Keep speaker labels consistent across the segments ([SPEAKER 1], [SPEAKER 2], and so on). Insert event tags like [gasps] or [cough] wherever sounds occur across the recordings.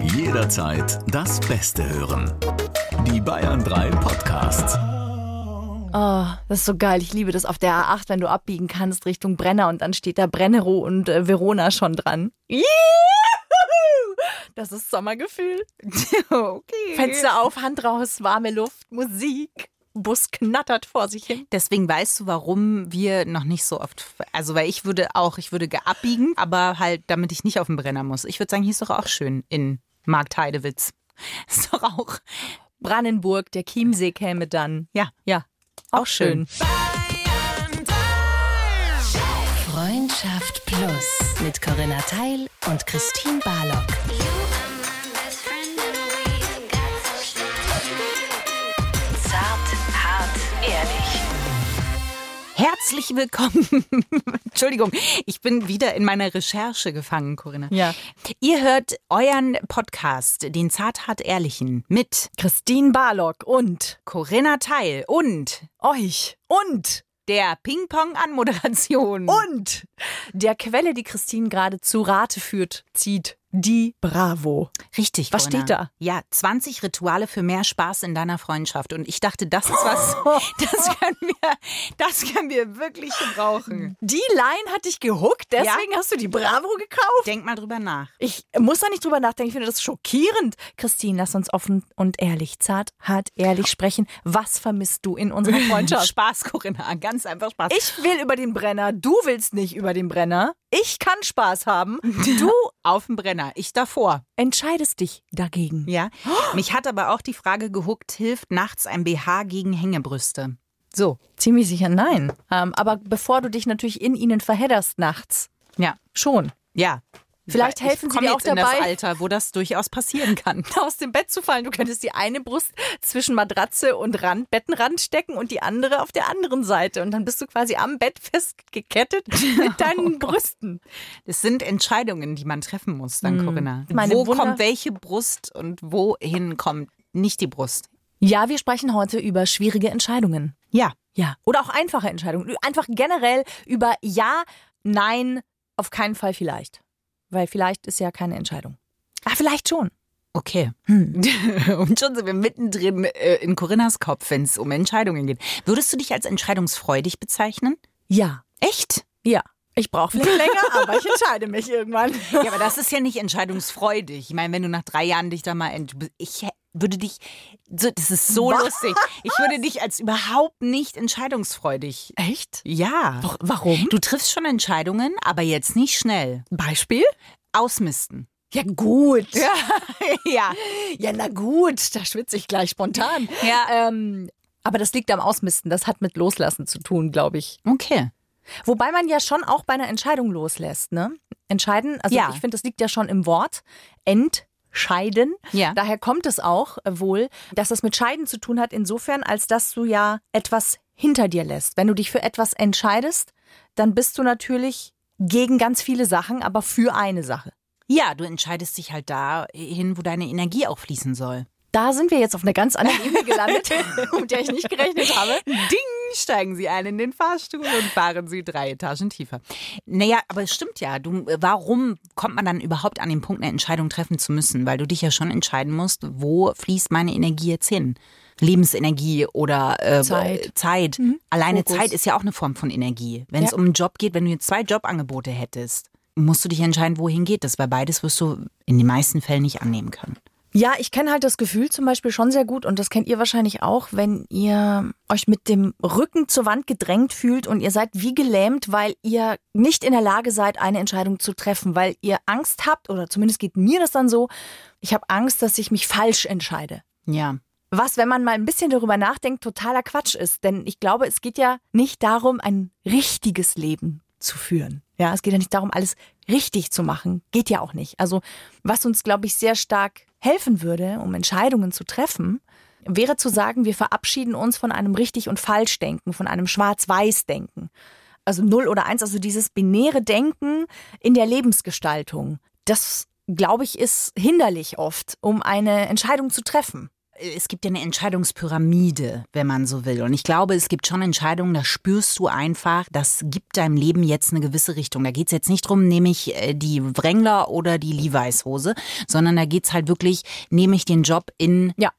[SPEAKER 1] Jederzeit das Beste hören. Die Bayern 3 Podcasts.
[SPEAKER 2] Oh, das ist so geil. Ich liebe das auf der A8, wenn du abbiegen kannst Richtung Brenner und dann steht da Brennero und äh, Verona schon dran. Juhu! Das ist Sommergefühl.
[SPEAKER 3] Okay.
[SPEAKER 2] Fenster auf, Hand raus, warme Luft, Musik. Bus knattert vor sich hin.
[SPEAKER 3] Deswegen weißt du, warum wir noch nicht so oft. Also, weil ich würde auch, ich würde abbiegen, aber halt, damit ich nicht auf den Brenner muss. Ich würde sagen, hier ist doch auch schön in Marktheidewitz. [laughs] Ist doch auch,
[SPEAKER 2] Brandenburg, der Chiemsee käme dann.
[SPEAKER 3] ja,
[SPEAKER 2] Ja,
[SPEAKER 3] auch schön.
[SPEAKER 4] Freundschaft Plus mit Corinna Teil und Christine Barlock. Zart, hart, ehrlich.
[SPEAKER 3] Herzlich willkommen. [laughs] Entschuldigung, ich bin wieder in meiner Recherche gefangen, Corinna.
[SPEAKER 2] Ja.
[SPEAKER 3] Ihr hört euren Podcast, den Zarthart Ehrlichen, mit
[SPEAKER 2] Christine Barlock und
[SPEAKER 3] Corinna Teil und
[SPEAKER 2] euch und
[SPEAKER 3] der
[SPEAKER 2] Oh,
[SPEAKER 3] Ping-Pong-Anmoderation.
[SPEAKER 2] und der Quelle, die Christine gerade zu Rate führt, zieht die Bravo.
[SPEAKER 3] Richtig.
[SPEAKER 2] Was
[SPEAKER 3] Corinna.
[SPEAKER 2] steht da?
[SPEAKER 3] Ja, 20 Rituale für mehr Spaß in deiner Freundschaft. Und ich dachte, das ist was,
[SPEAKER 2] [laughs]
[SPEAKER 3] das können wir, das können wir wirklich gebrauchen.
[SPEAKER 2] Die Line hat dich gehuckt, deswegen hast du die Bravo gekauft?
[SPEAKER 3] Denk mal drüber nach.
[SPEAKER 2] Ich muss da nicht drüber nachdenken, ich finde das schockierend. Christine, lass uns offen und ehrlich, zart, hart, ehrlich sprechen. Was vermisst du in unserer [laughs] Freundschaft?
[SPEAKER 3] Spaß, Corinna. Ganz einfach Spaß.
[SPEAKER 2] Ich will über den Brenner, du willst nicht über den Brenner. Ich kann Spaß haben, du
[SPEAKER 3] auf dem Brenner. Ich davor.
[SPEAKER 2] entscheidest dich dagegen. [gasps]
[SPEAKER 3] Ja. Mich hat aber auch die Frage gehuckt, hilft nachts ein BH gegen Hängebrüste? So.
[SPEAKER 2] Ziemlich sicher nein. Ähm, aber bevor du dich natürlich in ihnen verhedderst nachts,
[SPEAKER 3] Ja.
[SPEAKER 2] schon.
[SPEAKER 3] Ja.
[SPEAKER 2] Vielleicht
[SPEAKER 3] Weil
[SPEAKER 2] helfen
[SPEAKER 3] ich
[SPEAKER 2] sie
[SPEAKER 3] komm
[SPEAKER 2] dir auch
[SPEAKER 3] jetzt in das
[SPEAKER 2] dabei.
[SPEAKER 3] Alter, wo das durchaus passieren kann.
[SPEAKER 2] [laughs] aus dem Bett zu fallen. Du könntest die eine Brust zwischen Matratze und Rand, Bettenrand stecken und die andere auf der anderen Seite. Und dann bist du quasi am Bett festgekettet [laughs] mit deinen Brüsten.
[SPEAKER 3] Es sind Entscheidungen, die man treffen muss, dann Corinna.
[SPEAKER 2] Meine
[SPEAKER 3] wo
[SPEAKER 2] Wunder-
[SPEAKER 3] kommt welche Brust und wohin kommt nicht die Brust?
[SPEAKER 2] Ja, wir sprechen heute über schwierige Entscheidungen.
[SPEAKER 3] Ja.
[SPEAKER 2] Ja. Oder auch einfache Entscheidungen. Einfach generell über Ja, Nein, auf keinen Fall vielleicht. Weil vielleicht ist ja keine Entscheidung. Ah, vielleicht schon.
[SPEAKER 3] Okay. [laughs] Und schon sind wir mittendrin äh, in Corinnas Kopf, wenn es um Entscheidungen geht. Würdest du dich als entscheidungsfreudig bezeichnen?
[SPEAKER 2] Ja.
[SPEAKER 3] Echt?
[SPEAKER 2] Ja. Ich brauche vielleicht [laughs] länger, aber ich entscheide mich irgendwann.
[SPEAKER 3] Ja, aber das ist ja nicht entscheidungsfreudig. Ich meine, wenn du nach drei Jahren dich da mal ent ich hä- würde dich so, das ist so
[SPEAKER 2] Was?
[SPEAKER 3] lustig. Ich würde dich als überhaupt nicht entscheidungsfreudig.
[SPEAKER 2] Echt?
[SPEAKER 3] Ja.
[SPEAKER 2] Warum?
[SPEAKER 3] Du triffst schon Entscheidungen, aber jetzt nicht schnell.
[SPEAKER 2] Beispiel?
[SPEAKER 3] Ausmisten.
[SPEAKER 2] Ja, gut. Ja.
[SPEAKER 3] ja.
[SPEAKER 2] [laughs] Ja, na gut, da schwitze ich gleich spontan.
[SPEAKER 3] Ja.
[SPEAKER 2] Ähm, aber das liegt am Ausmisten. Das hat mit Loslassen zu tun, glaube ich.
[SPEAKER 3] Okay.
[SPEAKER 2] Wobei man ja schon auch bei einer Entscheidung loslässt, ne? Entscheiden, also
[SPEAKER 3] Ja.
[SPEAKER 2] ich finde, das liegt ja schon im Wort. Entscheiden.
[SPEAKER 3] Ja.
[SPEAKER 2] Daher kommt es auch äh, wohl, dass das mit Scheiden zu tun hat, insofern, als dass du ja etwas hinter dir lässt. Wenn du dich für etwas entscheidest, dann bist du natürlich gegen ganz viele Sachen, aber für eine Sache.
[SPEAKER 3] Ja, du entscheidest dich halt dahin, wo deine Energie auch fließen soll.
[SPEAKER 2] Da sind wir jetzt auf einer ganz anderen Ebene [laughs] gelandet, mit der ich nicht gerechnet habe.
[SPEAKER 3] Ding! Steigen Sie ein in den Fahrstuhl und fahren Sie drei Etagen tiefer. Naja, aber es stimmt ja. Du, warum kommt man dann überhaupt an den Punkt, eine Entscheidung treffen zu müssen? Weil du dich ja schon entscheiden musst, wo fließt meine Energie jetzt hin? Lebensenergie oder äh,
[SPEAKER 2] Zeit. Mhm.
[SPEAKER 3] Zeit. Alleine
[SPEAKER 2] Fokus.
[SPEAKER 3] Zeit ist ja auch eine Form von Energie. Wenn es
[SPEAKER 2] Ja.
[SPEAKER 3] um einen Job geht, wenn du jetzt zwei Jobangebote hättest, musst du dich entscheiden, wohin geht das. Weil beides wirst du in den meisten Fällen nicht annehmen können.
[SPEAKER 2] Ja, ich kenne halt das Gefühl zum Beispiel schon sehr gut und das kennt ihr wahrscheinlich auch, wenn ihr euch mit dem Rücken zur Wand gedrängt fühlt und ihr seid wie gelähmt, weil ihr nicht in der Lage seid, eine Entscheidung zu treffen, weil ihr Angst habt oder zumindest geht mir das dann so, ich habe Angst, dass ich mich falsch entscheide.
[SPEAKER 3] Ja.
[SPEAKER 2] Was, wenn man mal ein bisschen darüber nachdenkt, totaler Quatsch ist. Denn ich glaube, es geht ja nicht darum, ein richtiges Leben zu führen. Ja, es geht ja nicht darum, alles richtig zu machen. Geht ja auch nicht. Also, was uns, glaube ich, sehr stark helfen würde, um Entscheidungen zu treffen, wäre zu sagen, wir verabschieden uns von einem richtig und falsch denken, von einem schwarz-weiß denken. Also null oder eins, also dieses binäre Denken in der Lebensgestaltung. Das, glaube ich, ist hinderlich oft, um eine Entscheidung zu treffen
[SPEAKER 3] es gibt ja eine Entscheidungspyramide, wenn man so will. Und ich glaube, es gibt schon Entscheidungen, da spürst du einfach, das gibt deinem Leben jetzt eine gewisse Richtung. Da geht es jetzt nicht drum, nehme ich äh, die Wrangler oder die Levi's-Hose, sondern da geht es halt wirklich, nehme ich den Job in,
[SPEAKER 2] Ja.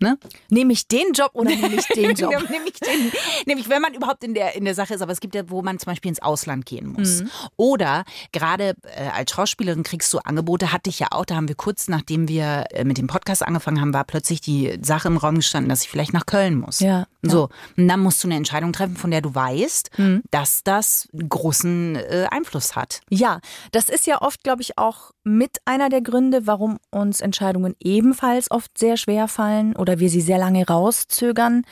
[SPEAKER 3] ne?
[SPEAKER 2] Nehme ich den Job [laughs] oder nehme ich den Job?
[SPEAKER 3] Ja, Genau, Nämlich, den, nämlich, wenn man überhaupt in der, in der Sache ist, aber es gibt ja, wo man zum Beispiel ins Ausland gehen muss.
[SPEAKER 2] Mhm.
[SPEAKER 3] Oder gerade äh, als Schauspielerin kriegst du Angebote, hatte ich ja auch, da haben wir kurz nachdem wir äh, mit dem Podcast angefangen haben, war plötzlich die Sache im Raum gestanden, dass ich vielleicht nach Köln muss.
[SPEAKER 2] Ja,
[SPEAKER 3] So, und dann musst du eine Entscheidung treffen, von der du weißt,
[SPEAKER 2] Mhm.
[SPEAKER 3] dass das großen äh, Einfluss hat.
[SPEAKER 2] Ja, das ist ja oft, glaube ich, auch mit einer der Gründe, warum uns Entscheidungen ebenfalls oft sehr schwer fallen oder wir sie sehr lange rauszögern,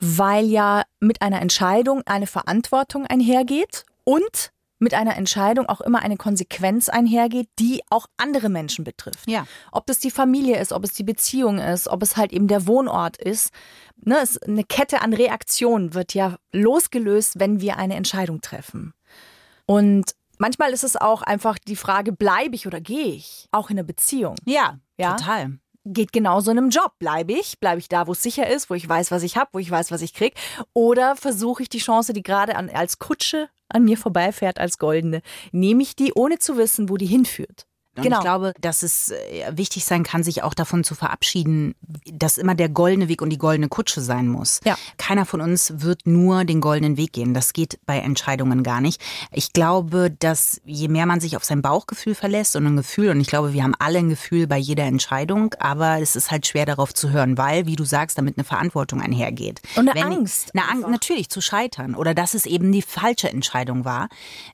[SPEAKER 2] weil ja mit einer Entscheidung eine Verantwortung einhergeht und mit einer Entscheidung auch immer eine Konsequenz einhergeht, die auch andere Menschen betrifft.
[SPEAKER 3] Ja.
[SPEAKER 2] Ob das die Familie ist, ob es die Beziehung ist, ob es halt eben der Wohnort ist. Ne, es, eine Kette an Reaktionen wird ja losgelöst, wenn wir eine Entscheidung treffen. Und manchmal ist es auch einfach die Frage, bleibe ich oder gehe ich? Auch in einer Beziehung.
[SPEAKER 3] Ja,
[SPEAKER 2] Ja.
[SPEAKER 3] total.
[SPEAKER 2] Geht genauso in einem Job. Bleibe ich? Bleibe ich da, wo es sicher ist, wo ich weiß, was ich habe, wo ich weiß, was ich krieg? Oder versuche ich die Chance, die gerade an, als Kutsche an mir vorbeifährt, als goldene, nehme ich die, ohne zu wissen, wo die hinführt?
[SPEAKER 3] Ne? Und
[SPEAKER 2] Genau.
[SPEAKER 3] ich glaube, dass es äh, wichtig sein kann, sich auch davon zu verabschieden, dass immer der goldene Weg und die goldene Kutsche sein muss.
[SPEAKER 2] Ja.
[SPEAKER 3] Keiner von uns wird nur den goldenen Weg gehen. Das geht bei Entscheidungen gar nicht. Ich glaube, dass je mehr man sich auf sein Bauchgefühl verlässt und ein Gefühl, und ich glaube, wir haben alle ein Gefühl bei jeder Entscheidung, aber es ist halt schwer darauf zu hören, weil, wie du sagst, damit eine Verantwortung einhergeht.
[SPEAKER 2] Und eine Angst
[SPEAKER 3] Eine Angst,
[SPEAKER 2] einfach.
[SPEAKER 3] natürlich, zu scheitern oder dass es eben die falsche Entscheidung war.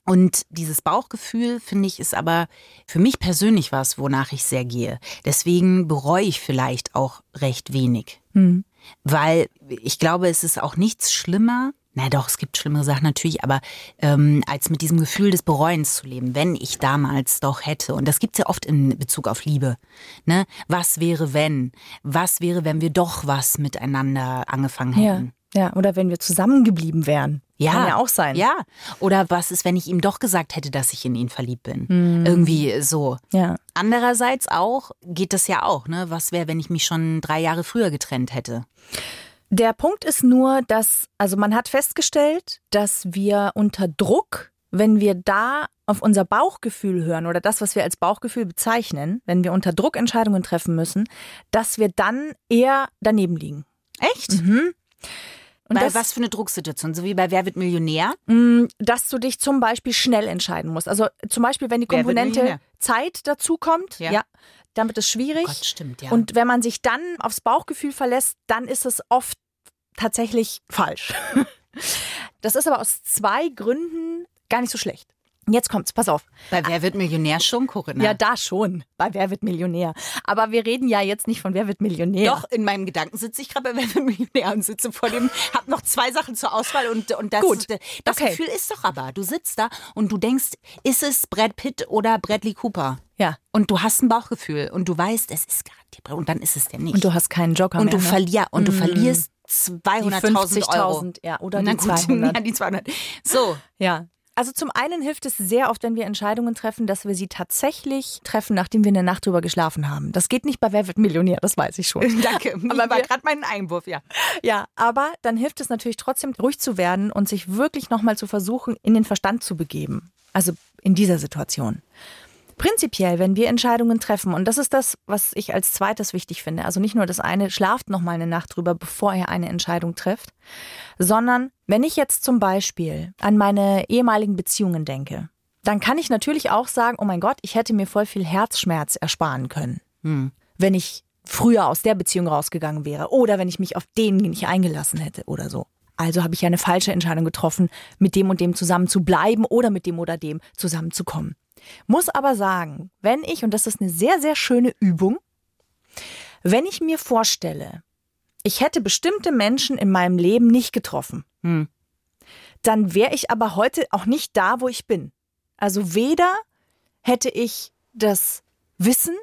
[SPEAKER 3] Und dieses Bauchgefühl, finde ich, ist aber für mich persönlich was, wonach ich sehr gehe. Deswegen bereue ich vielleicht auch recht wenig. Weil ich glaube, es ist auch nichts schlimmer. Na doch, es gibt schlimmere Sachen natürlich, aber ähm, als mit diesem Gefühl des Bereuens zu leben, wenn ich damals doch hätte. Und das gibt's ja oft in Bezug auf Liebe. Ne? Was wäre, wenn? Was wäre, wenn wir doch was miteinander angefangen hätten?
[SPEAKER 2] Ja, oder wenn wir zusammengeblieben wären.
[SPEAKER 3] Ja.
[SPEAKER 2] Kann ja auch sein.
[SPEAKER 3] Ja. Oder was ist, wenn ich ihm doch gesagt hätte, dass ich in ihn verliebt bin?
[SPEAKER 2] Hm.
[SPEAKER 3] Irgendwie so.
[SPEAKER 2] Ja.
[SPEAKER 3] Andererseits auch geht das ja auch, ne? Was wäre, wenn ich mich schon drei Jahre früher getrennt hätte?
[SPEAKER 2] Der Punkt ist nur, dass, also man hat festgestellt, dass wir unter Druck, wenn wir da auf unser Bauchgefühl hören oder das, was wir als Bauchgefühl bezeichnen, wenn wir unter Druck Entscheidungen treffen müssen, dass wir dann eher daneben liegen.
[SPEAKER 3] Echt?
[SPEAKER 2] Mhm. Und
[SPEAKER 3] Weil
[SPEAKER 2] das,
[SPEAKER 3] was für eine Drucksituation, so wie bei Wer wird Millionär? Oh
[SPEAKER 2] mh, dass du dich zum Beispiel schnell entscheiden musst. Also zum Beispiel, wenn die
[SPEAKER 3] Wer wird
[SPEAKER 2] Komponente
[SPEAKER 3] Millionär?
[SPEAKER 2] Zeit dazukommt, ja.
[SPEAKER 3] Ja.
[SPEAKER 2] ja, dann wird es schwierig.
[SPEAKER 3] Gott, stimmt, ja.
[SPEAKER 2] Und wenn man sich dann aufs Bauchgefühl verlässt, dann ist es oft tatsächlich falsch. [laughs] Das ist aber aus zwei Gründen gar nicht so schlecht. Jetzt kommt's, pass auf.
[SPEAKER 3] bei Wer wird Millionär schon, Corinna?
[SPEAKER 2] Ja, da schon. Bei Wer wird Millionär? Aber wir reden ja jetzt nicht von Wer wird Millionär.
[SPEAKER 3] doch, in meinem Gedanken sitze ich gerade bei Wer wird Millionär und sitze vor dem, hab noch zwei Sachen zur Auswahl und, und das,
[SPEAKER 2] Gut.
[SPEAKER 3] das
[SPEAKER 2] Okay.
[SPEAKER 3] Gefühl ist doch aber, du sitzt da und du denkst, ist es Brad Pitt oder Bradley Cooper?
[SPEAKER 2] Ja.
[SPEAKER 3] Und du hast ein Bauchgefühl und du weißt, es ist garantiert Brad und dann ist es der nicht.
[SPEAKER 2] Und du hast keinen Joker
[SPEAKER 3] und
[SPEAKER 2] mehr.
[SPEAKER 3] du,
[SPEAKER 2] ne?
[SPEAKER 3] verlier und du verlierst
[SPEAKER 2] Die
[SPEAKER 3] 200.000 Euro.
[SPEAKER 2] 50.000, ja, oder
[SPEAKER 3] Na
[SPEAKER 2] die
[SPEAKER 3] gut, [laughs]
[SPEAKER 2] 200.
[SPEAKER 3] Ja, die 200.
[SPEAKER 2] [laughs]
[SPEAKER 3] So,
[SPEAKER 2] Ja. Also zum einen hilft es sehr oft, wenn wir Entscheidungen treffen, dass wir sie tatsächlich treffen, nachdem wir in der Nacht drüber geschlafen haben. Das geht nicht bei Wer wird Millionär, das weiß ich schon.
[SPEAKER 3] danke.
[SPEAKER 2] Aber
[SPEAKER 3] Aber war
[SPEAKER 2] wir-
[SPEAKER 3] gerade mein Einwurf, ja.
[SPEAKER 2] Ja, aber dann hilft es natürlich trotzdem, ruhig zu werden und sich wirklich nochmal zu versuchen, in den Verstand zu begeben. Also in dieser Situation. Prinzipiell, wenn wir Entscheidungen treffen, und das ist das, was ich als zweites wichtig finde, also nicht nur das eine, schlaft nochmal eine Nacht drüber, bevor ihr eine Entscheidung trifft, sondern wenn ich jetzt zum Beispiel an meine ehemaligen Beziehungen denke, dann kann ich natürlich auch sagen, oh mein Gott, ich hätte mir voll viel Herzschmerz ersparen können wenn ich früher aus der Beziehung rausgegangen wäre oder wenn ich mich auf den nicht eingelassen hätte oder so. Also habe ich ja eine falsche Entscheidung getroffen, mit dem und dem zusammen zu bleiben oder mit dem oder dem zusammenzukommen. Muss aber sagen, wenn ich, und das ist eine sehr, sehr schöne Übung, wenn ich mir vorstelle, ich hätte bestimmte Menschen in meinem Leben nicht getroffen,
[SPEAKER 3] Hm.
[SPEAKER 2] dann wäre ich aber heute auch nicht da, wo ich bin. Also weder hätte ich das Wissen,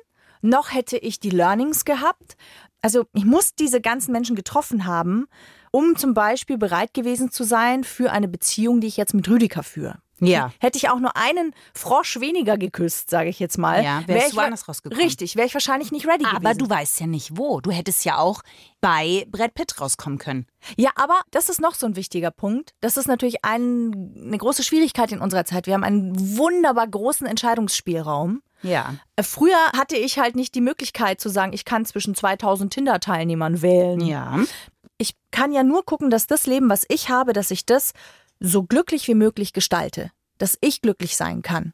[SPEAKER 2] noch hätte ich die Learnings gehabt. Also ich muss diese ganzen Menschen getroffen haben, um zum Beispiel bereit gewesen zu sein für eine Beziehung, die ich jetzt mit Rüdiger führe.
[SPEAKER 3] Ja.
[SPEAKER 2] Hätte ich auch nur einen Frosch weniger geküsst, sage ich jetzt mal.
[SPEAKER 3] Ja, wärst
[SPEAKER 2] wär
[SPEAKER 3] du
[SPEAKER 2] ich wa-
[SPEAKER 3] woanders rausgekommen.
[SPEAKER 2] Richtig, wäre ich wahrscheinlich nicht ready
[SPEAKER 3] [laughs] Aber
[SPEAKER 2] gewesen.
[SPEAKER 3] du weißt ja nicht wo. Du hättest ja auch bei Brad Pitt rauskommen können.
[SPEAKER 2] Ja, aber das ist noch so ein wichtiger Punkt. Das ist natürlich ein, eine große Schwierigkeit in unserer Zeit. Wir haben einen wunderbar großen Entscheidungsspielraum.
[SPEAKER 3] Ja.
[SPEAKER 2] Äh, Früher hatte ich halt nicht die Möglichkeit zu sagen, ich kann zwischen 2000 Tinder-Teilnehmern wählen.
[SPEAKER 3] Ja.
[SPEAKER 2] Ich kann ja nur gucken, dass das Leben, was ich habe, dass ich das so glücklich wie möglich gestalte. Dass ich glücklich sein kann.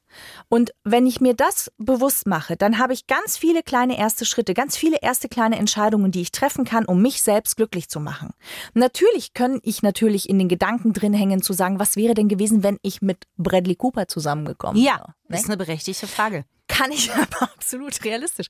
[SPEAKER 2] Und wenn ich mir das bewusst mache, dann habe ich ganz viele kleine erste Schritte, ganz viele erste kleine Entscheidungen, die ich treffen kann, um mich selbst glücklich zu machen. Natürlich kann ich natürlich in den Gedanken drin hängen, zu sagen, was wäre denn gewesen, wenn ich mit Bradley Cooper zusammengekommen wäre.
[SPEAKER 3] Ja.
[SPEAKER 2] Ne?
[SPEAKER 3] Das ist eine berechtigte Frage.
[SPEAKER 2] Kann ich [laughs] aber absolut realistisch.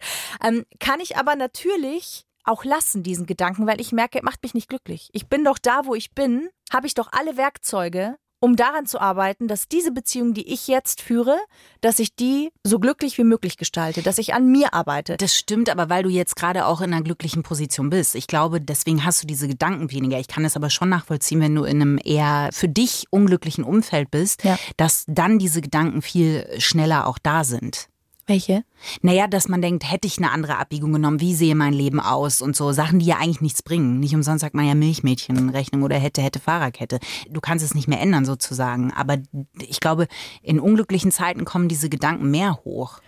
[SPEAKER 2] Ähm, kann ich aber natürlich auch lassen, diesen Gedanken, weil ich merke, macht mich nicht glücklich. Ich bin doch da, wo ich bin, habe ich doch alle Werkzeuge, um daran zu arbeiten, dass diese Beziehung, die ich jetzt führe, dass ich die so glücklich wie möglich gestalte, dass ich an mir arbeite.
[SPEAKER 3] Das stimmt, aber weil du jetzt gerade auch in einer glücklichen Position bist. Ich glaube, deswegen hast du diese Gedanken weniger. Ich kann es aber schon nachvollziehen, wenn du in einem eher für dich unglücklichen Umfeld bist,
[SPEAKER 2] Ja.
[SPEAKER 3] dass dann diese Gedanken viel schneller auch da sind.
[SPEAKER 2] Welche?
[SPEAKER 3] Naja, dass man denkt, hätte ich eine andere Abbiegung genommen, wie sehe mein Leben aus und so Sachen, die ja eigentlich nichts bringen. Nicht umsonst sagt man ja Milchmädchenrechnung oder hätte, hätte Fahrerkette. Du kannst es nicht mehr ändern sozusagen. Aber ich glaube, in unglücklichen Zeiten kommen diese Gedanken mehr hoch.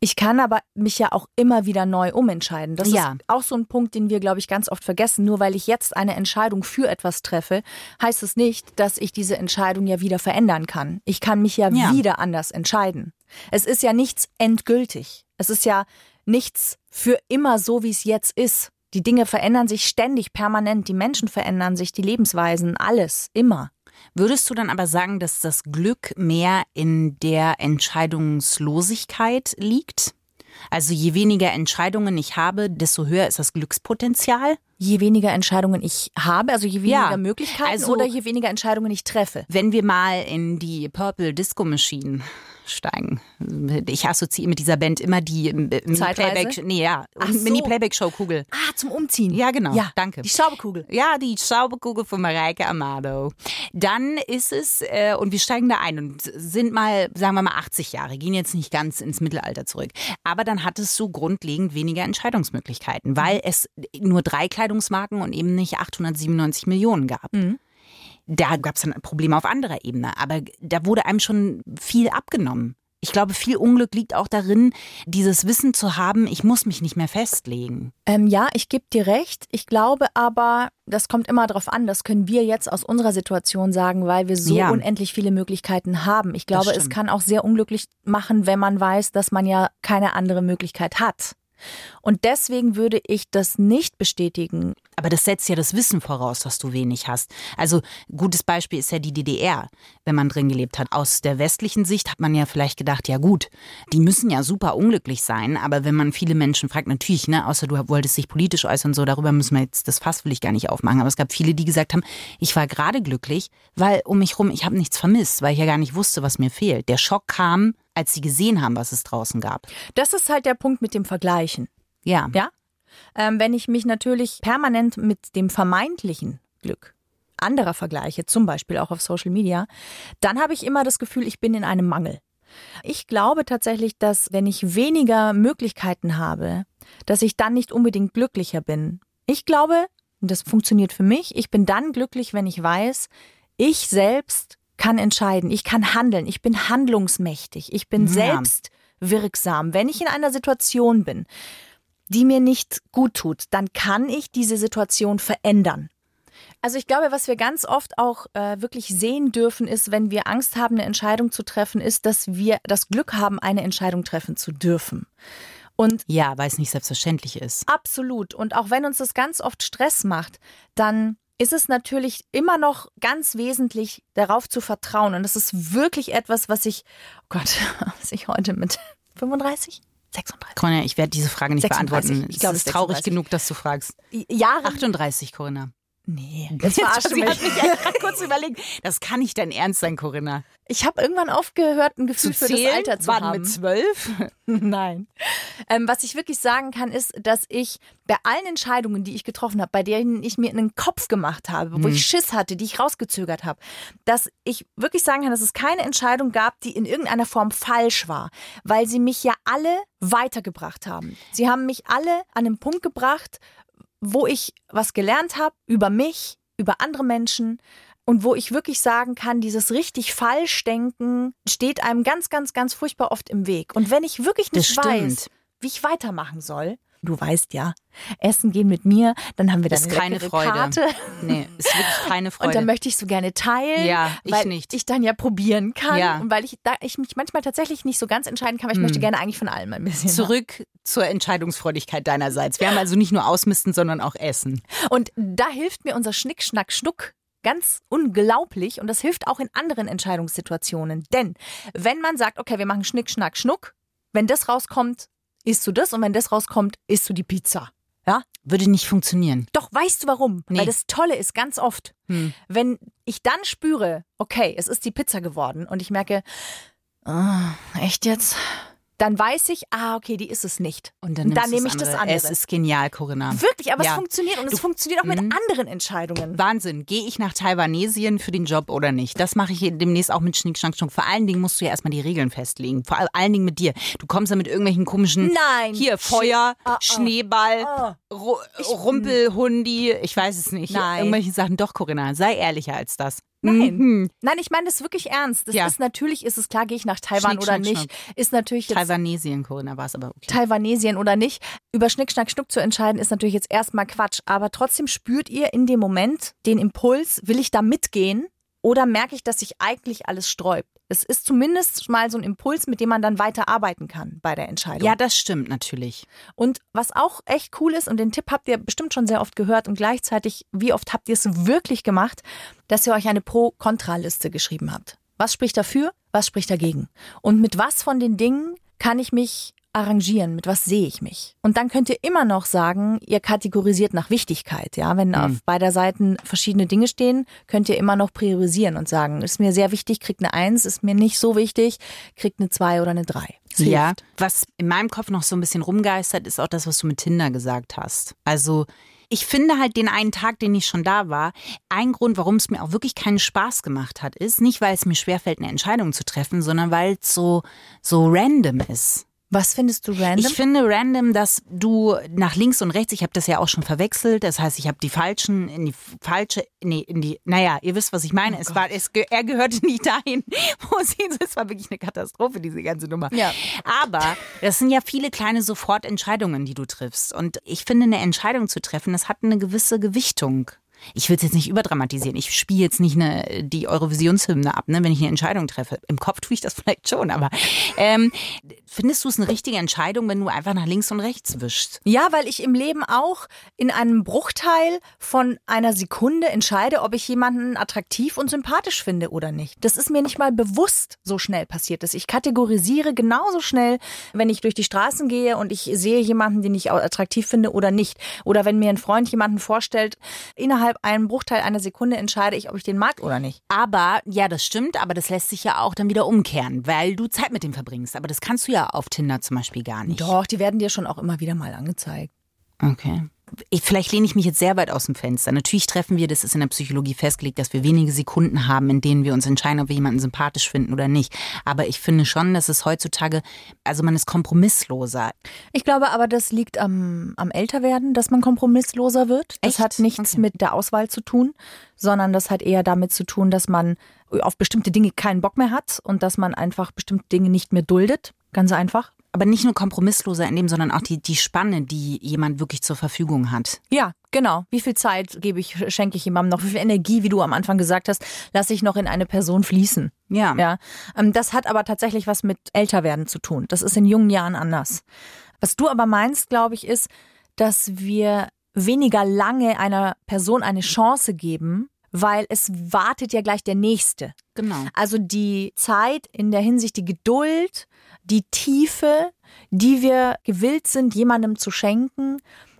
[SPEAKER 2] Ich kann aber mich ja auch immer wieder neu umentscheiden. Das
[SPEAKER 3] Ja.
[SPEAKER 2] ist auch so ein Punkt, den wir, glaube ich, ganz oft vergessen. Nur weil ich jetzt eine Entscheidung für etwas treffe, heißt es nicht, dass ich diese Entscheidung ja wieder verändern kann. Ich kann mich ja,
[SPEAKER 3] Ja.
[SPEAKER 2] wieder anders entscheiden. Es ist ja nichts endgültig. Es ist ja nichts für immer so, wie es jetzt ist. Die Dinge verändern sich ständig, permanent. Die Menschen verändern sich, die Lebensweisen, alles, immer.
[SPEAKER 3] Würdest du dann aber sagen, dass das Glück mehr in der Entscheidungslosigkeit liegt? Also je weniger Entscheidungen ich habe, desto höher ist das Glückspotenzial?
[SPEAKER 2] Je weniger Entscheidungen ich habe, also je weniger
[SPEAKER 3] Ja.
[SPEAKER 2] Möglichkeiten
[SPEAKER 3] Also-
[SPEAKER 2] oder je weniger Entscheidungen ich treffe.
[SPEAKER 3] Wenn wir mal in die Purple Disco Machine steigen. Ich assoziiere mit dieser Band immer die äh,
[SPEAKER 2] Zeitreise?
[SPEAKER 3] Mini-Playback, nee, ja,
[SPEAKER 2] Ach so.
[SPEAKER 3] Mini-Playback-Show-Kugel.
[SPEAKER 2] Ah, zum Umziehen.
[SPEAKER 3] Ja, genau.
[SPEAKER 2] Ja,
[SPEAKER 3] Danke.
[SPEAKER 2] Die Schaubekugel.
[SPEAKER 3] Ja, die Schaubekugel von Mareike Amado. Dann ist es, äh, und wir steigen da ein und sind mal, sagen wir mal 80 Jahre, gehen jetzt nicht ganz ins Mittelalter zurück. Aber dann hattest du grundlegend weniger Entscheidungsmöglichkeiten, weil es nur drei Kleidungsmarken und eben nicht 897 Millionen gab. Da gab es dann Probleme auf anderer Ebene, aber da wurde einem schon viel abgenommen. Ich glaube, viel Unglück liegt auch darin, dieses Wissen zu haben, ich muss mich nicht mehr festlegen.
[SPEAKER 2] Ähm, ja, ich geb dir recht. Ich glaube aber, das kommt immer drauf an. Das können wir jetzt aus unserer Situation sagen, weil wir so
[SPEAKER 3] Ja.
[SPEAKER 2] unendlich viele Möglichkeiten haben. Ich glaube, es
[SPEAKER 3] stimmt.
[SPEAKER 2] kann auch sehr unglücklich machen, wenn man weiß, dass man ja keine andere Möglichkeit hat. Und deswegen würde ich das nicht bestätigen.
[SPEAKER 3] Aber das setzt ja das Wissen voraus, dass du wenig hast. Also gutes Beispiel ist ja die DDR, wenn man drin gelebt hat. Aus der westlichen Sicht hat man ja vielleicht gedacht, ja gut, die müssen ja super unglücklich sein. Aber wenn man viele Menschen fragt, natürlich, ne, außer du wolltest dich politisch äußern, so darüber müssen wir jetzt das Fass will ich gar nicht aufmachen. Aber es gab viele, die gesagt haben, ich war gerade glücklich, weil um mich rum ich habe nichts vermisst, weil ich ja gar nicht wusste, was mir fehlt. Der Schock kam, als sie gesehen haben, was es draußen gab.
[SPEAKER 2] Das ist halt der Punkt mit dem Vergleichen.
[SPEAKER 3] Ja,
[SPEAKER 2] Ja. Ähm, wenn ich mich natürlich permanent mit dem vermeintlichen Glück anderer vergleiche, zum Beispiel auch auf Social Media, dann habe ich immer das Gefühl, ich bin in einem Mangel. Ich glaube tatsächlich, dass wenn ich weniger Möglichkeiten habe, dass ich dann nicht unbedingt glücklicher bin. Ich glaube, und das funktioniert für mich, ich bin dann glücklich, wenn ich weiß, ich selbst kann entscheiden, ich kann handeln, ich bin handlungsmächtig, ich bin
[SPEAKER 3] Ja.
[SPEAKER 2] selbst wirksam. Wenn ich in einer Situation bin, die mir nicht gut tut, dann kann ich diese Situation verändern. Also ich glaube, was wir ganz oft auch äh, wirklich sehen dürfen, ist, wenn wir Angst haben, eine Entscheidung zu treffen, ist, dass wir das Glück haben, eine Entscheidung treffen zu dürfen. Und
[SPEAKER 3] ja weil es nicht selbstverständlich ist.
[SPEAKER 2] absolut, und auch wenn uns das ganz oft Stress macht, dann ist es natürlich immer noch ganz wesentlich, darauf zu vertrauen. Und das ist wirklich etwas, was ich, oh Gott, [laughs] was ich heute mit 35, 36,
[SPEAKER 3] Corinna, ich werde diese Frage nicht
[SPEAKER 2] 36.
[SPEAKER 3] beantworten.
[SPEAKER 2] Ich glaube,
[SPEAKER 3] es ist
[SPEAKER 2] 36.
[SPEAKER 3] traurig genug, dass du fragst.
[SPEAKER 2] Jahren
[SPEAKER 3] 38, Corinna.
[SPEAKER 2] Nee.
[SPEAKER 3] Das
[SPEAKER 2] verarscht
[SPEAKER 3] [laughs] Sie
[SPEAKER 2] mich.
[SPEAKER 3] hat mich ja gerade kurz überlegt. Das kann nicht dein Ernst sein, Corinna.
[SPEAKER 2] Ich habe irgendwann aufgehört, ein
[SPEAKER 3] Zu
[SPEAKER 2] Gefühl für das
[SPEAKER 3] zählen,
[SPEAKER 2] Alter zu
[SPEAKER 3] wann
[SPEAKER 2] haben.
[SPEAKER 3] mit zwölf?
[SPEAKER 2] [laughs] Nein. Ähm, was ich wirklich sagen kann, ist, dass ich bei allen Entscheidungen, die ich getroffen habe, bei denen ich mir einen Kopf gemacht habe, wo ich Schiss hatte, die ich rausgezögert habe, dass ich wirklich sagen kann, dass es keine Entscheidung gab, die in irgendeiner Form falsch war, weil sie mich ja alle weitergebracht haben. Sie haben mich alle an den Punkt gebracht, wo ich was gelernt habe über mich, über andere Menschen und wo ich wirklich sagen kann, dieses richtig falsch denken steht einem ganz, ganz, ganz furchtbar oft im Weg. Und wenn ich wirklich
[SPEAKER 3] Das
[SPEAKER 2] nicht
[SPEAKER 3] stimmt.
[SPEAKER 2] weiß, wie ich weitermachen soll, du weißt ja, Essen gehen mit mir, dann haben wir
[SPEAKER 3] Das
[SPEAKER 2] das
[SPEAKER 3] ist keine Freude.
[SPEAKER 2] Karte.
[SPEAKER 3] Nee, ist wirklich keine
[SPEAKER 2] Und dann
[SPEAKER 3] Freude.
[SPEAKER 2] möchte ich so gerne teilen,
[SPEAKER 3] Ja, ich
[SPEAKER 2] weil
[SPEAKER 3] nicht.
[SPEAKER 2] ich dann ja probieren kann
[SPEAKER 3] Ja. Mm.
[SPEAKER 2] und weil ich, da, ich mich manchmal tatsächlich nicht so ganz entscheiden kann, weil ich möchte gerne eigentlich von allem ein bisschen.
[SPEAKER 3] Zurück zur Entscheidungsfreudigkeit deinerseits. Wir haben also nicht nur Ausmisten, sondern auch Essen.
[SPEAKER 2] Und da hilft mir unser Schnick, Schnack, Schnuck ganz unglaublich und das hilft auch in anderen Entscheidungssituationen. Denn wenn man sagt, okay, wir machen Schnick, Schnack, Schnuck, wenn das rauskommt, isst du das und wenn das rauskommt, isst du die Pizza.
[SPEAKER 3] Würde nicht funktionieren.
[SPEAKER 2] Doch, weißt du warum?
[SPEAKER 3] Nee.
[SPEAKER 2] Weil das Tolle ist ganz oft,
[SPEAKER 3] Hm.
[SPEAKER 2] wenn ich dann spüre, okay, es ist die Pizza geworden und ich merke, ah, echt jetzt? Dann weiß ich, ah, okay, die ist es nicht. Und
[SPEAKER 3] Und
[SPEAKER 2] dann
[SPEAKER 3] nimmst du
[SPEAKER 2] nehme ich das andere.
[SPEAKER 3] Es ist genial, Corinna.
[SPEAKER 2] Wirklich, aber es
[SPEAKER 3] Ja. Hm.
[SPEAKER 2] funktioniert und es funktioniert auch mit anderen Entscheidungen.
[SPEAKER 3] Wahnsinn. Gehe ich nach Taiwanesien für den Job oder nicht? Das mache ich demnächst auch mit Schnick, Schnack, Schnuck. Vor allen Dingen musst du ja erstmal die Regeln festlegen. Vor allen Dingen mit dir. Du kommst ja mit irgendwelchen komischen.
[SPEAKER 2] Nein.
[SPEAKER 3] Hier, Feuer,
[SPEAKER 2] Ah, ah.
[SPEAKER 3] Schneeball, Ru Rumpelhundi. Ich weiß es nicht.
[SPEAKER 2] Nein.
[SPEAKER 3] Irgendwelche Sachen. Doch, Corinna, sei ehrlicher als das.
[SPEAKER 2] Nein.
[SPEAKER 3] Mhm.
[SPEAKER 2] Nein, ich meine das wirklich ernst. Das
[SPEAKER 3] Ja.
[SPEAKER 2] ist natürlich, ist es klar, gehe ich nach Taiwan
[SPEAKER 3] Schnick,
[SPEAKER 2] oder
[SPEAKER 3] schnack,
[SPEAKER 2] nicht. Ist natürlich jetzt
[SPEAKER 3] Taiwanesien, Corinna, war es aber okay.
[SPEAKER 2] Taiwanesien oder nicht. Über Schnick, Schnack, Schnuck zu entscheiden, ist natürlich jetzt erstmal Quatsch. Aber trotzdem spürt ihr in dem Moment den Impuls, will ich da mitgehen oder merke ich, dass sich eigentlich alles sträubt? Es ist zumindest mal so ein Impuls, mit dem man dann weiter arbeiten kann bei der Entscheidung.
[SPEAKER 3] Ja, das stimmt natürlich.
[SPEAKER 2] Und was auch echt cool ist, und den Tipp habt ihr bestimmt schon sehr oft gehört und gleichzeitig, wie oft habt ihr es wirklich gemacht, dass ihr euch eine Pro-Kontra-Liste geschrieben habt. Was spricht dafür, was spricht dagegen? Und mit was von den Dingen kann ich mich arrangieren? Mit was sehe ich mich? Und dann könnt ihr immer noch sagen, ihr kategorisiert nach Wichtigkeit. Ja, wenn
[SPEAKER 3] Mhm.
[SPEAKER 2] auf beider Seiten verschiedene Dinge stehen, könnt ihr immer noch priorisieren und sagen, ist mir sehr wichtig, kriegt eine Eins, ist mir nicht so wichtig, kriegt eine Zwei oder eine Drei. Das
[SPEAKER 3] ja.
[SPEAKER 2] hilft.
[SPEAKER 3] Was in meinem Kopf noch so ein bisschen rumgeistert, ist auch das, was du mit Tinder gesagt hast. Also ich finde halt den einen Tag, den ich schon da war, ein Grund, warum es mir auch wirklich keinen Spaß gemacht hat, ist nicht, weil es mir schwerfällt, eine Entscheidung zu treffen, sondern weil es so, so random ist.
[SPEAKER 2] Was findest du random?
[SPEAKER 3] Ich finde random, dass du nach links und rechts, ich habe das ja auch schon verwechselt, das heißt, ich habe die falschen in die falsche, nee, in die, naja, ihr wisst, was ich meine. es war, es, ge- er gehörte [laughs] nicht dahin, wo sie, es war wirklich eine Katastrophe, diese ganze Nummer.
[SPEAKER 2] Ja.
[SPEAKER 3] Aber das sind ja viele kleine Sofortentscheidungen, die du triffst. Und ich finde, eine Entscheidung zu treffen, das hat eine gewisse Gewichtung. Ich will es jetzt nicht überdramatisieren. Ich spiele jetzt nicht eine, die Eurovisionshymne ab, ne, wenn ich eine Entscheidung treffe. Im Kopf tue ich das [laughs] vielleicht schon, aber ähm, findest du es eine richtige Entscheidung, wenn du einfach nach links und rechts wischst?
[SPEAKER 2] Ja, weil ich im Leben auch in einem Bruchteil von einer Sekunde entscheide, ob ich jemanden attraktiv und sympathisch finde oder nicht. Das ist mir nicht mal bewusst so schnell passiert ist. Ich kategorisiere genauso schnell, wenn ich durch die Straßen gehe und ich sehe jemanden, den ich attraktiv finde oder nicht. Oder wenn mir ein Freund jemanden vorstellt, innerhalb einem Bruchteil einer Sekunde entscheide ich, ob ich den mag oder nicht.
[SPEAKER 3] Aber, ja, das stimmt, aber das lässt sich ja auch dann wieder umkehren, weil du Zeit mit dem verbringst. Aber das kannst du ja auf Tinder zum Beispiel gar nicht.
[SPEAKER 2] Doch, die werden dir schon auch immer wieder mal angezeigt.
[SPEAKER 3] Okay. Ich, vielleicht lehne ich mich jetzt sehr weit aus dem Fenster. Natürlich treffen wir, das ist in der Psychologie festgelegt, dass wir wenige Sekunden haben, in denen wir uns entscheiden, ob wir jemanden sympathisch finden oder nicht. Aber ich finde schon, dass es heutzutage, also man ist kompromissloser.
[SPEAKER 2] Ich glaube aber, das liegt am, am Älterwerden, dass man kompromissloser wird. Das
[SPEAKER 3] Echt?
[SPEAKER 2] hat nichts mit der Auswahl zu tun, sondern das hat eher damit zu tun, dass man auf bestimmte Dinge keinen Bock mehr hat und dass man einfach bestimmte Dinge nicht mehr duldet. Ganz einfach.
[SPEAKER 3] Aber nicht nur kompromissloser in dem, sondern auch die, die Spanne, die jemand wirklich zur Verfügung hat.
[SPEAKER 2] Ja, genau. Wie viel Zeit gebe ich, schenke ich jemandem noch? Wie viel Energie, wie du am Anfang gesagt hast, lasse ich noch in eine Person fließen?
[SPEAKER 3] Ja.
[SPEAKER 2] Ja, ähm, das hat aber tatsächlich was mit Älterwerden zu tun. Das ist in jungen Jahren anders. Was du aber meinst, glaube ich, ist, dass wir weniger lange einer Person eine Chance geben, weil es wartet ja gleich der Nächste.
[SPEAKER 3] Genau.
[SPEAKER 2] Also die Zeit in der Hinsicht, die Geduld, die Tiefe, die wir gewillt sind, jemandem zu schenken,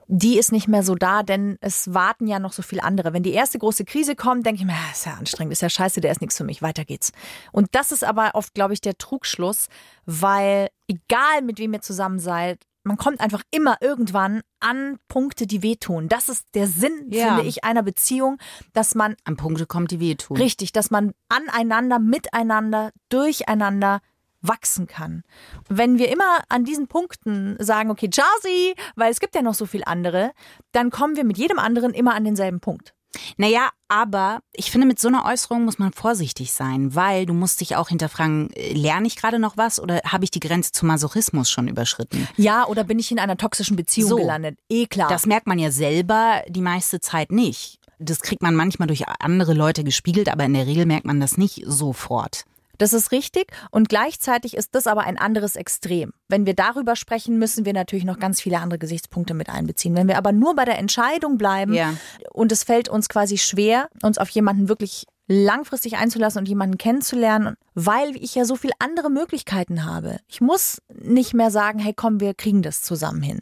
[SPEAKER 2] die ist nicht mehr so da, denn es warten ja noch so viele andere. Wenn die erste große Krise kommt, denke ich mir, "Ah, ist ja anstrengend, ist ja scheiße, der ist nichts für mich, weiter geht's. Und das ist aber oft, glaube ich, der Trugschluss, weil egal mit wem ihr zusammen seid, man kommt einfach immer irgendwann an Punkte, die wehtun. Das ist der Sinn,
[SPEAKER 3] Ja.
[SPEAKER 2] finde ich, einer Beziehung, dass man
[SPEAKER 3] An Punkte kommt die wehtun.
[SPEAKER 2] Richtig, dass man aneinander, miteinander, durcheinander wachsen kann. Wenn wir immer an diesen Punkten sagen, okay, Jazzy, weil es gibt ja noch so viel andere, dann kommen wir mit jedem anderen immer an denselben Punkt.
[SPEAKER 3] Naja, aber ich finde, mit so einer Äußerung muss man vorsichtig sein, weil du musst dich auch hinterfragen, äh, lerne ich gerade noch was oder habe ich die Grenze zum Masochismus schon überschritten?
[SPEAKER 2] Ja, oder bin ich in einer toxischen Beziehung
[SPEAKER 3] So.
[SPEAKER 2] gelandet? Eh klar.
[SPEAKER 3] Das merkt man ja selber die meiste Zeit nicht. Das kriegt man manchmal durch andere Leute gespiegelt, aber in der Regel merkt man das nicht sofort.
[SPEAKER 2] Das ist richtig und gleichzeitig ist das aber ein anderes Extrem. Wenn wir darüber sprechen, müssen wir natürlich noch ganz viele andere Gesichtspunkte mit einbeziehen. Wenn wir aber nur bei der Entscheidung bleiben
[SPEAKER 3] Ja.
[SPEAKER 2] und es fällt uns quasi schwer, uns auf jemanden wirklich langfristig einzulassen und jemanden kennenzulernen, weil ich ja so viele andere Möglichkeiten habe. Ich muss nicht mehr sagen, hey komm, wir kriegen das zusammen hin.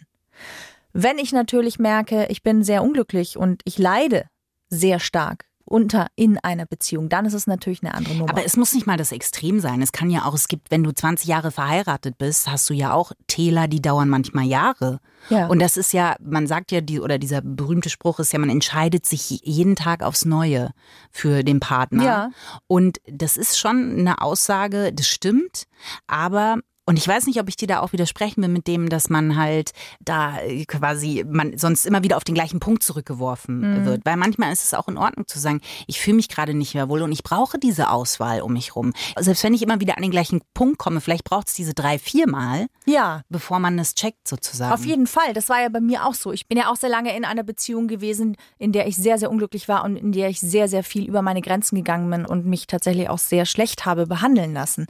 [SPEAKER 2] Wenn ich natürlich merke, ich bin sehr unglücklich und ich leide sehr stark unter in einer Beziehung, dann ist es natürlich eine andere Nummer.
[SPEAKER 3] Aber es muss nicht mal das Extrem sein. Es kann ja auch, es gibt, wenn du 20 Jahre verheiratet bist, hast du ja auch Täler, die dauern manchmal Jahre.
[SPEAKER 2] Ja.
[SPEAKER 3] Und das ist ja, man sagt ja, die, oder dieser berühmte Spruch ist ja, man entscheidet sich jeden Tag aufs Neue für den Partner.
[SPEAKER 2] Ja.
[SPEAKER 3] Und das ist schon eine Aussage, das stimmt, aber. Und ich weiß nicht, ob ich dir da auch widersprechen will mit dem, dass man halt da äh, quasi, man sonst immer wieder auf den gleichen Punkt
[SPEAKER 2] Mhm.
[SPEAKER 3] zurückgeworfen wird. Weil manchmal ist es auch in Ordnung zu sagen, ich fühle mich gerade nicht mehr wohl und ich brauche diese Auswahl um mich rum. Selbst wenn ich immer wieder an den gleichen Punkt komme, vielleicht braucht es diese drei, vier Mal,
[SPEAKER 2] ja.
[SPEAKER 3] bevor man das checkt sozusagen.
[SPEAKER 2] Auf jeden Fall. Das war ja bei mir auch so. Ich bin ja auch sehr lange in einer Beziehung gewesen, in der ich sehr, sehr unglücklich war und in der ich sehr, sehr viel über meine Grenzen gegangen bin und mich tatsächlich auch sehr schlecht habe behandeln lassen.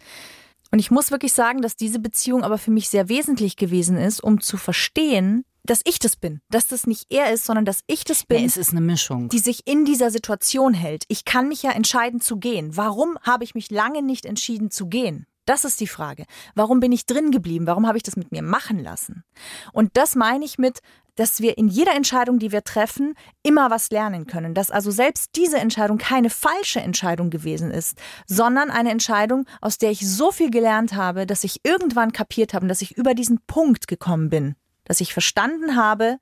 [SPEAKER 2] Und ich muss wirklich sagen, dass diese Beziehung aber für mich sehr wesentlich gewesen ist, um zu verstehen, dass ich das bin. Dass das nicht er ist, sondern dass ich das bin,
[SPEAKER 3] Ja, es ist eine Mischung.
[SPEAKER 2] die sich in dieser Situation hält. Ich kann mich ja entscheiden zu gehen. Warum habe ich mich lange nicht entschieden zu gehen? Das ist die Frage. Warum bin ich drin geblieben? Warum habe ich das mit mir machen lassen? Und das meine ich mit, dass wir in jeder Entscheidung, die wir treffen, immer was lernen können. Dass also selbst diese Entscheidung keine falsche Entscheidung gewesen ist, sondern eine Entscheidung, aus der ich so viel gelernt habe, dass ich irgendwann kapiert habe, und dass ich über diesen Punkt gekommen bin, dass ich verstanden habe,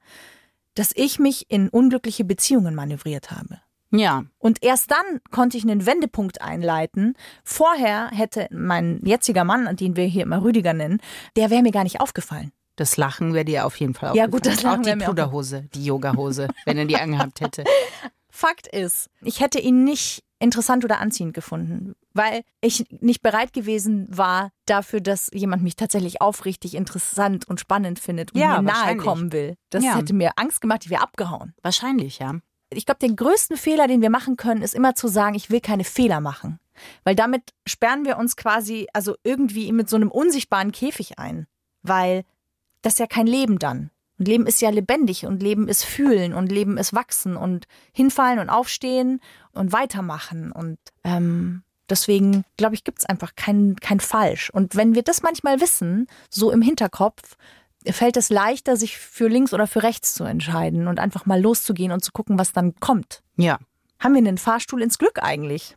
[SPEAKER 2] dass ich mich in unglückliche Beziehungen manövriert habe.
[SPEAKER 3] ja.
[SPEAKER 2] Und erst dann konnte ich einen Wendepunkt einleiten. Vorher hätte mein jetziger Mann, den wir hier immer Rüdiger nennen, der wäre mir gar nicht aufgefallen.
[SPEAKER 3] Das Lachen wäre dir auf jeden Fall
[SPEAKER 2] Ja,
[SPEAKER 3] aufgefallen.
[SPEAKER 2] gut, das Lachen
[SPEAKER 3] auch
[SPEAKER 2] wäre
[SPEAKER 3] die
[SPEAKER 2] mir auch-
[SPEAKER 3] Pluderhose, die Yogahose, [laughs] wenn er die angehabt hätte.
[SPEAKER 2] Fakt ist, ich hätte ihn nicht interessant oder anziehend gefunden, weil ich nicht bereit gewesen war dafür, dass jemand mich tatsächlich aufrichtig interessant und spannend findet und
[SPEAKER 3] Ja,
[SPEAKER 2] mir nahe
[SPEAKER 3] wahrscheinlich.
[SPEAKER 2] kommen will. Das
[SPEAKER 3] Ja.
[SPEAKER 2] hätte mir Angst gemacht, ich wäre abgehauen.
[SPEAKER 3] Wahrscheinlich, ja.
[SPEAKER 2] ich glaube, den größten Fehler, den wir machen können, ist immer zu sagen, ich will keine Fehler machen. Weil damit sperren wir uns quasi, also irgendwie mit so einem unsichtbaren Käfig ein. Weil das ist ja kein Leben dann. Und Leben ist ja lebendig und Leben ist fühlen und Leben ist wachsen und hinfallen und aufstehen und weitermachen. Und ähm, deswegen, glaube ich, gibt es einfach kein, kein Falsch. Und wenn wir das manchmal wissen, so im Hinterkopf, fällt es leichter, sich für links oder für rechts zu entscheiden und einfach mal loszugehen und zu gucken, was dann kommt.
[SPEAKER 3] Ja.
[SPEAKER 2] Haben wir einen Fahrstuhl ins Glück eigentlich?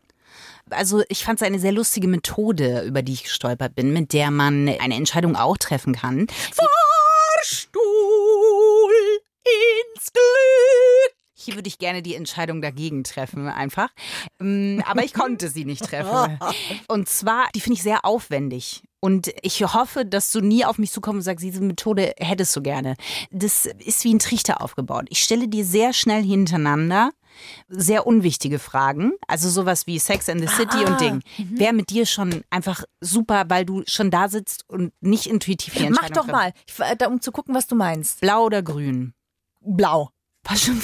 [SPEAKER 3] Also ich fand es eine sehr lustige Methode, über die ich gestolpert bin, mit der man eine Entscheidung auch treffen kann.
[SPEAKER 2] Fahrstuhl ins Glück.
[SPEAKER 3] Hier würde ich gerne die Entscheidung dagegen treffen, einfach. Ähm, Aber ich konnte sie
[SPEAKER 2] [laughs]
[SPEAKER 3] nicht treffen. Und zwar, die finde ich sehr aufwendig. Und ich hoffe, dass du nie auf mich zukommst und sagst, diese Methode hättest du gerne. Das ist wie ein Trichter aufgebaut. Ich stelle dir sehr schnell hintereinander sehr unwichtige Fragen. Also sowas wie Sex and the
[SPEAKER 2] Ah,
[SPEAKER 3] City und Ding.
[SPEAKER 2] Mhm.
[SPEAKER 3] Wer mit dir schon einfach super, weil du schon da sitzt und nicht intuitiv die Entscheidung
[SPEAKER 2] Mach doch
[SPEAKER 3] triffst.
[SPEAKER 2] mal, ich, äh, da, um zu gucken, was du meinst.
[SPEAKER 3] Blau oder grün?
[SPEAKER 2] Blau.
[SPEAKER 3] Was schon?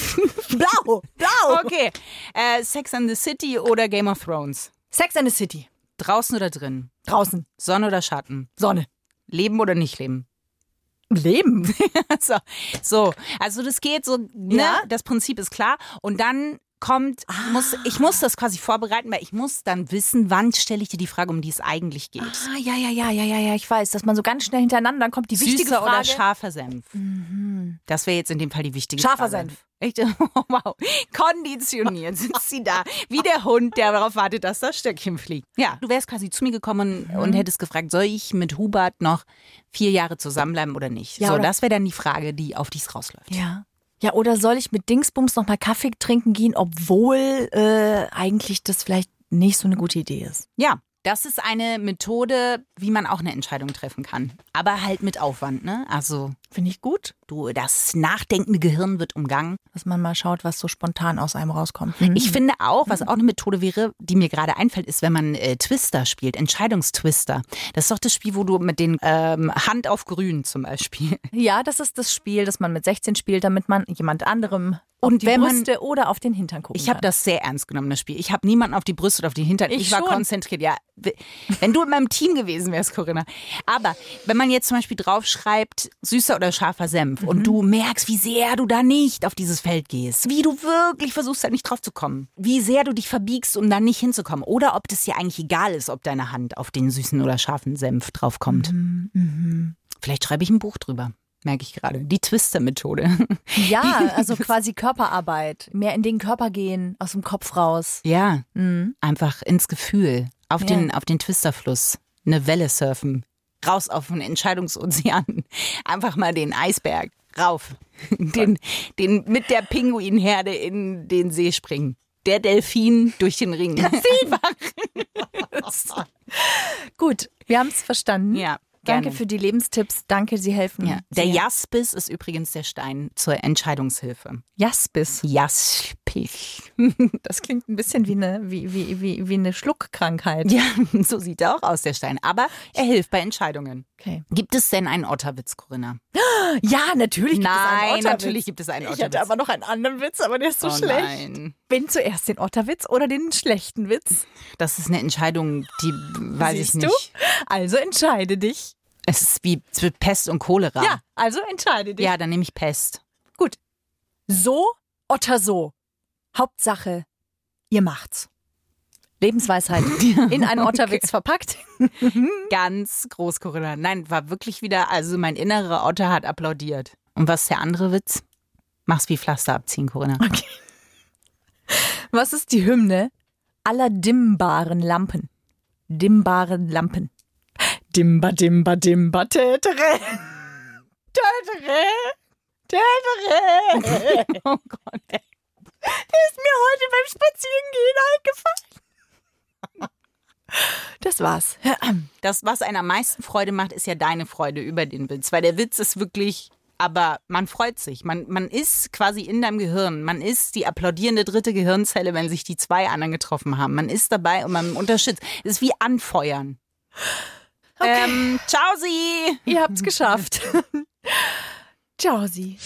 [SPEAKER 2] Blau, blau.
[SPEAKER 3] Okay. Äh, Sex and the City oder Game of Thrones?
[SPEAKER 2] Sex and the City.
[SPEAKER 3] Draußen oder drin?
[SPEAKER 2] Draußen.
[SPEAKER 3] Sonne oder Schatten?
[SPEAKER 2] Sonne.
[SPEAKER 3] Leben oder nicht leben?
[SPEAKER 2] Leben.
[SPEAKER 3] [laughs] so. so, also das geht so, ne?
[SPEAKER 2] Ja.
[SPEAKER 3] Das Prinzip ist klar. Und dann kommt, muss, ich muss das quasi vorbereiten, weil ich muss dann wissen, wann stelle ich dir die Frage, um die es eigentlich geht.
[SPEAKER 2] Ah, ja, ja, ja, ja, ja, ja, ich weiß, dass man so ganz schnell hintereinander, dann kommt die wichtige
[SPEAKER 3] Süßer
[SPEAKER 2] Frage. Mhm.
[SPEAKER 3] oder scharfer Senf? Das wäre jetzt in dem Fall die wichtige
[SPEAKER 2] Scharfer
[SPEAKER 3] Frage.
[SPEAKER 2] Senf.
[SPEAKER 3] Echt? [laughs] Wow. Konditioniert sitzt sie da. Wie der Hund, der darauf wartet, dass das Stöckchen fliegt. Ja, du wärst quasi zu mir gekommen
[SPEAKER 2] Mhm.
[SPEAKER 3] und hättest gefragt, soll ich mit Hubert noch vier Jahre zusammenbleiben oder nicht?
[SPEAKER 2] Ja,
[SPEAKER 3] so,
[SPEAKER 2] oder-
[SPEAKER 3] das wäre dann die Frage, die auf dich's rausläuft.
[SPEAKER 2] Ja. Ja, oder soll ich mit Dingsbums nochmal Kaffee trinken gehen, obwohl äh, eigentlich das vielleicht nicht so eine gute Idee ist?
[SPEAKER 3] Ja, das ist eine Methode, wie man auch eine Entscheidung treffen kann. Aber halt mit Aufwand, ne? Also,
[SPEAKER 2] Finde ich gut,
[SPEAKER 3] du, das nachdenkende Gehirn wird umgangen.
[SPEAKER 2] dass man mal schaut, was so spontan aus einem rauskommt.
[SPEAKER 3] Ich finde auch, was
[SPEAKER 2] Mhm.
[SPEAKER 3] auch eine Methode wäre, die mir gerade einfällt, ist, wenn man äh, Twister spielt, Entscheidungstwister. Das ist doch das Spiel, wo du mit den ähm, Hand auf Grün zum Beispiel.
[SPEAKER 2] ja, das ist das Spiel, das man mit 16 spielt, damit man jemand anderem auf
[SPEAKER 3] Und
[SPEAKER 2] die
[SPEAKER 3] wenn man-
[SPEAKER 2] Brüste oder auf den Hintern gucken
[SPEAKER 3] Ich habe
[SPEAKER 2] kann.
[SPEAKER 3] das sehr ernst genommen, das Spiel. Ich habe niemanden auf die Brust oder auf den Hintern. Ich,
[SPEAKER 2] Ich
[SPEAKER 3] war
[SPEAKER 2] schon.
[SPEAKER 3] konzentriert. Ja, w- wenn du in meinem Team gewesen wärst, Corinna. Aber wenn man jetzt zum Beispiel draufschreibt, süßer oder scharfer Senf, und du merkst, wie sehr du da nicht auf dieses Feld gehst, wie du wirklich versuchst, da nicht drauf zu kommen, wie sehr du dich verbiegst, um da nicht hinzukommen, oder ob das dir eigentlich egal ist, ob deine Hand auf den süßen oder scharfen Senf draufkommt. Vielleicht schreibe ich ein Buch drüber. Merke ich gerade. Die Twister-Methode.
[SPEAKER 2] [laughs] Ja, also quasi Körperarbeit. Mehr in den Körper gehen, aus dem Kopf [laughs] raus.
[SPEAKER 3] Ja, einfach ins Gefühl, auf,
[SPEAKER 2] Mhm. Ja.
[SPEAKER 3] den, auf den Twisterfluss, eine Welle surfen, raus auf den Entscheidungsozean, [laughs] einfach mal den Eisberg rauf, [laughs] den, den mit der Pinguinherde in den See springen. Der Delfin durch den Ring. Einfach.
[SPEAKER 2] [laughs] Gut, wir haben es verstanden.
[SPEAKER 3] [laughs] Ja,
[SPEAKER 2] Danke
[SPEAKER 3] gerne.
[SPEAKER 2] für die Lebenstipps. Danke, sie helfen.
[SPEAKER 3] ja. Der
[SPEAKER 2] sehr.
[SPEAKER 3] Jaspis ist übrigens der Stein zur Entscheidungshilfe.
[SPEAKER 2] Jaspis. [laughs]
[SPEAKER 3] Jaspis.
[SPEAKER 2] Das klingt ein bisschen wie eine, wie, wie, wie, wie eine Schluckkrankheit.
[SPEAKER 3] Ja, so sieht er auch aus, der Stein. Aber er hilft bei Entscheidungen.
[SPEAKER 2] Okay.
[SPEAKER 3] Gibt es denn einen Otterwitz, Corinna?
[SPEAKER 2] Ja, natürlich.
[SPEAKER 3] Nein,
[SPEAKER 2] gibt es einen
[SPEAKER 3] natürlich gibt es einen
[SPEAKER 2] Ich
[SPEAKER 3] Otterwitz.
[SPEAKER 2] hatte aber noch einen anderen Witz, aber der ist so
[SPEAKER 3] oh
[SPEAKER 2] schlecht.
[SPEAKER 3] Nein.
[SPEAKER 2] Bin zuerst den Otterwitz oder den schlechten Witz?
[SPEAKER 3] Das ist eine Entscheidung, die weiß
[SPEAKER 2] Siehst
[SPEAKER 3] ich
[SPEAKER 2] du?
[SPEAKER 3] nicht.
[SPEAKER 2] Also entscheide dich.
[SPEAKER 3] Es ist wie zwischen Pest und Cholera.
[SPEAKER 2] Ja, also entscheide dich.
[SPEAKER 3] ja dann nehme ich Pest.
[SPEAKER 2] So, Otter so. Hauptsache, ihr macht's. Lebensweisheit in einen Otterwitz verpackt.
[SPEAKER 3] Ganz groß, Corinna. Nein, war wirklich wieder, also mein innerer Otter hat applaudiert. Und was ist der andere Witz? Mach's wie Pflaster abziehen, Corinna.
[SPEAKER 2] Was ist die Hymne aller dimmbaren Lampen? Dimmbaren Lampen. Dimba, dimba, dimba, tätere. Tätere. Tätere.
[SPEAKER 3] Oh Gott. ey.
[SPEAKER 2] ist mir heute beim Spazierengehen eingefallen. Das war's.
[SPEAKER 3] Das, was einen am meisten Freude macht, ist ja deine Freude über den Witz. Weil der Witz ist wirklich, aber man freut sich. Man, man ist quasi in deinem Gehirn. Man ist die applaudierende dritte Gehirnzelle, wenn sich die zwei anderen getroffen haben. Man ist dabei und man unterstützt. Es ist wie anfeuern. Ähm, ciao sie!
[SPEAKER 2] Ihr habt's geschafft. Ciao, sie.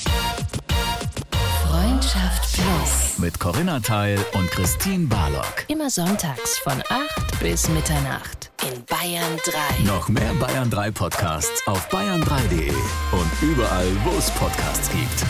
[SPEAKER 4] Freundschaft Plus.
[SPEAKER 1] Mit Corinna Teil und Christine Barlock.
[SPEAKER 4] Immer sonntags von 8 bis Mitternacht in Bayern 3.
[SPEAKER 1] Noch mehr Bayern 3 Podcasts auf bayern3.de und überall, wo es Podcasts gibt.